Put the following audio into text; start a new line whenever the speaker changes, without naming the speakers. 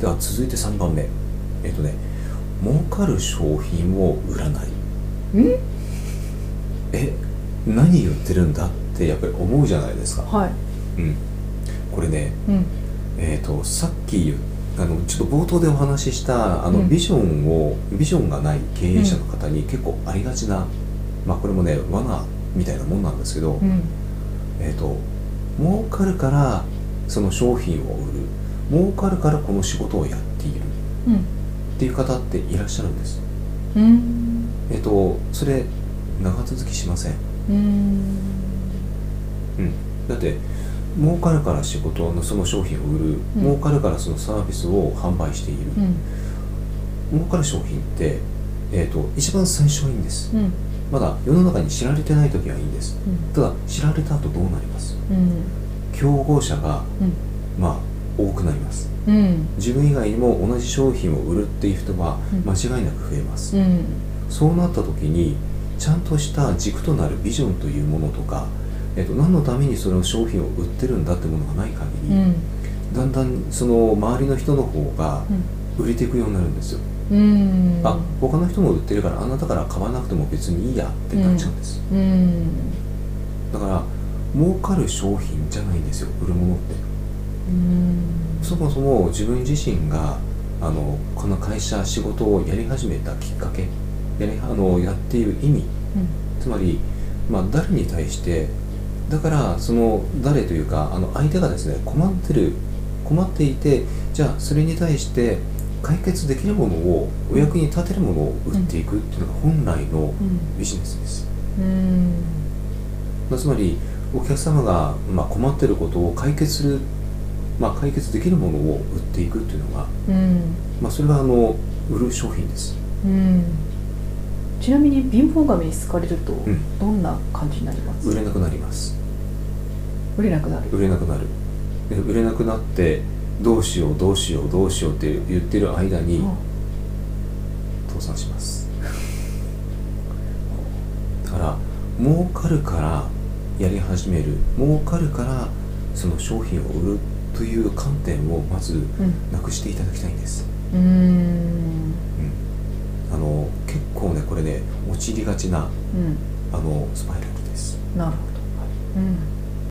では続いて3番目えっとね儲かる商品を売らない
ん
え何言ってるんだってやっぱり思うじゃないですか
はい
うんこれね
うん
えー、とさっきあのちょっと冒頭でお話ししたあの、
うん
ビジョンをビジョンがない経営者の方に結構ありがちな、まあ、これもね罠みたいなもんなんですけど、
うん
えー、と儲かるからその商品を売る儲かるからこの仕事をやっているっていう方っていらっしゃるんです、
うんうん
えー、とそれ長続きしません
うん
だって儲かるから仕事のその商品を売る、
うん
儲かるからそのサービスを販売している、
うん
儲かる商品って、えー、と一番最初はいいんです
うん
まだ世の中に知られてない時はいいんですただ知られた後どうなります
うん
競合者が、
うん
まあ多くなります
うん
自分以外にも同じ商品を売るっていう人は
うん
間違いなく増えます、
うん
そうなった時にちゃんとした軸となるビジョンというものとか、えー、と何のためにその商品を売ってるんだってものがない限
う
り、
ん
だんだんその周りの人の方が
うん
売れていくようになるんですよ
うん
あ他の人も売ってるからあなたから買わなくても別にいいやってなっちゃうんです、
うん
だから儲かる商品じゃないんですよ売るものって
うん
そもそも自分自身があのこの会社仕事をやり始めたきっかけやりあのやっている意味つまり、まあ、誰に対してだからその誰というかあの相手がですね困ってる困っていてじゃあそれに対して解決できるものをお役に立てるものを売っていくっていうのが本来の
うん
ビジネスです、
うん
まあつまりお客様が、まあ、困ってることを解決する、まあ、解決できるものを売っていくっていうのが、
うん
まあ、それがあの売る商品です
うんちなみに貧乏神に好かれると
ん
どんな感じになります、
売れなくなります
売れなくなる
売れなくなるで売れなくなってどうしようどうしようどうしようって言ってる間に倒産しますだから儲かるからやり始める儲かるからその商品を売るという観点をまず
うん
なくしていただきたいんです、
うん
うん、あの結構ねこれね陥りがちな
うん
あのスパイラルです
なるほど、うん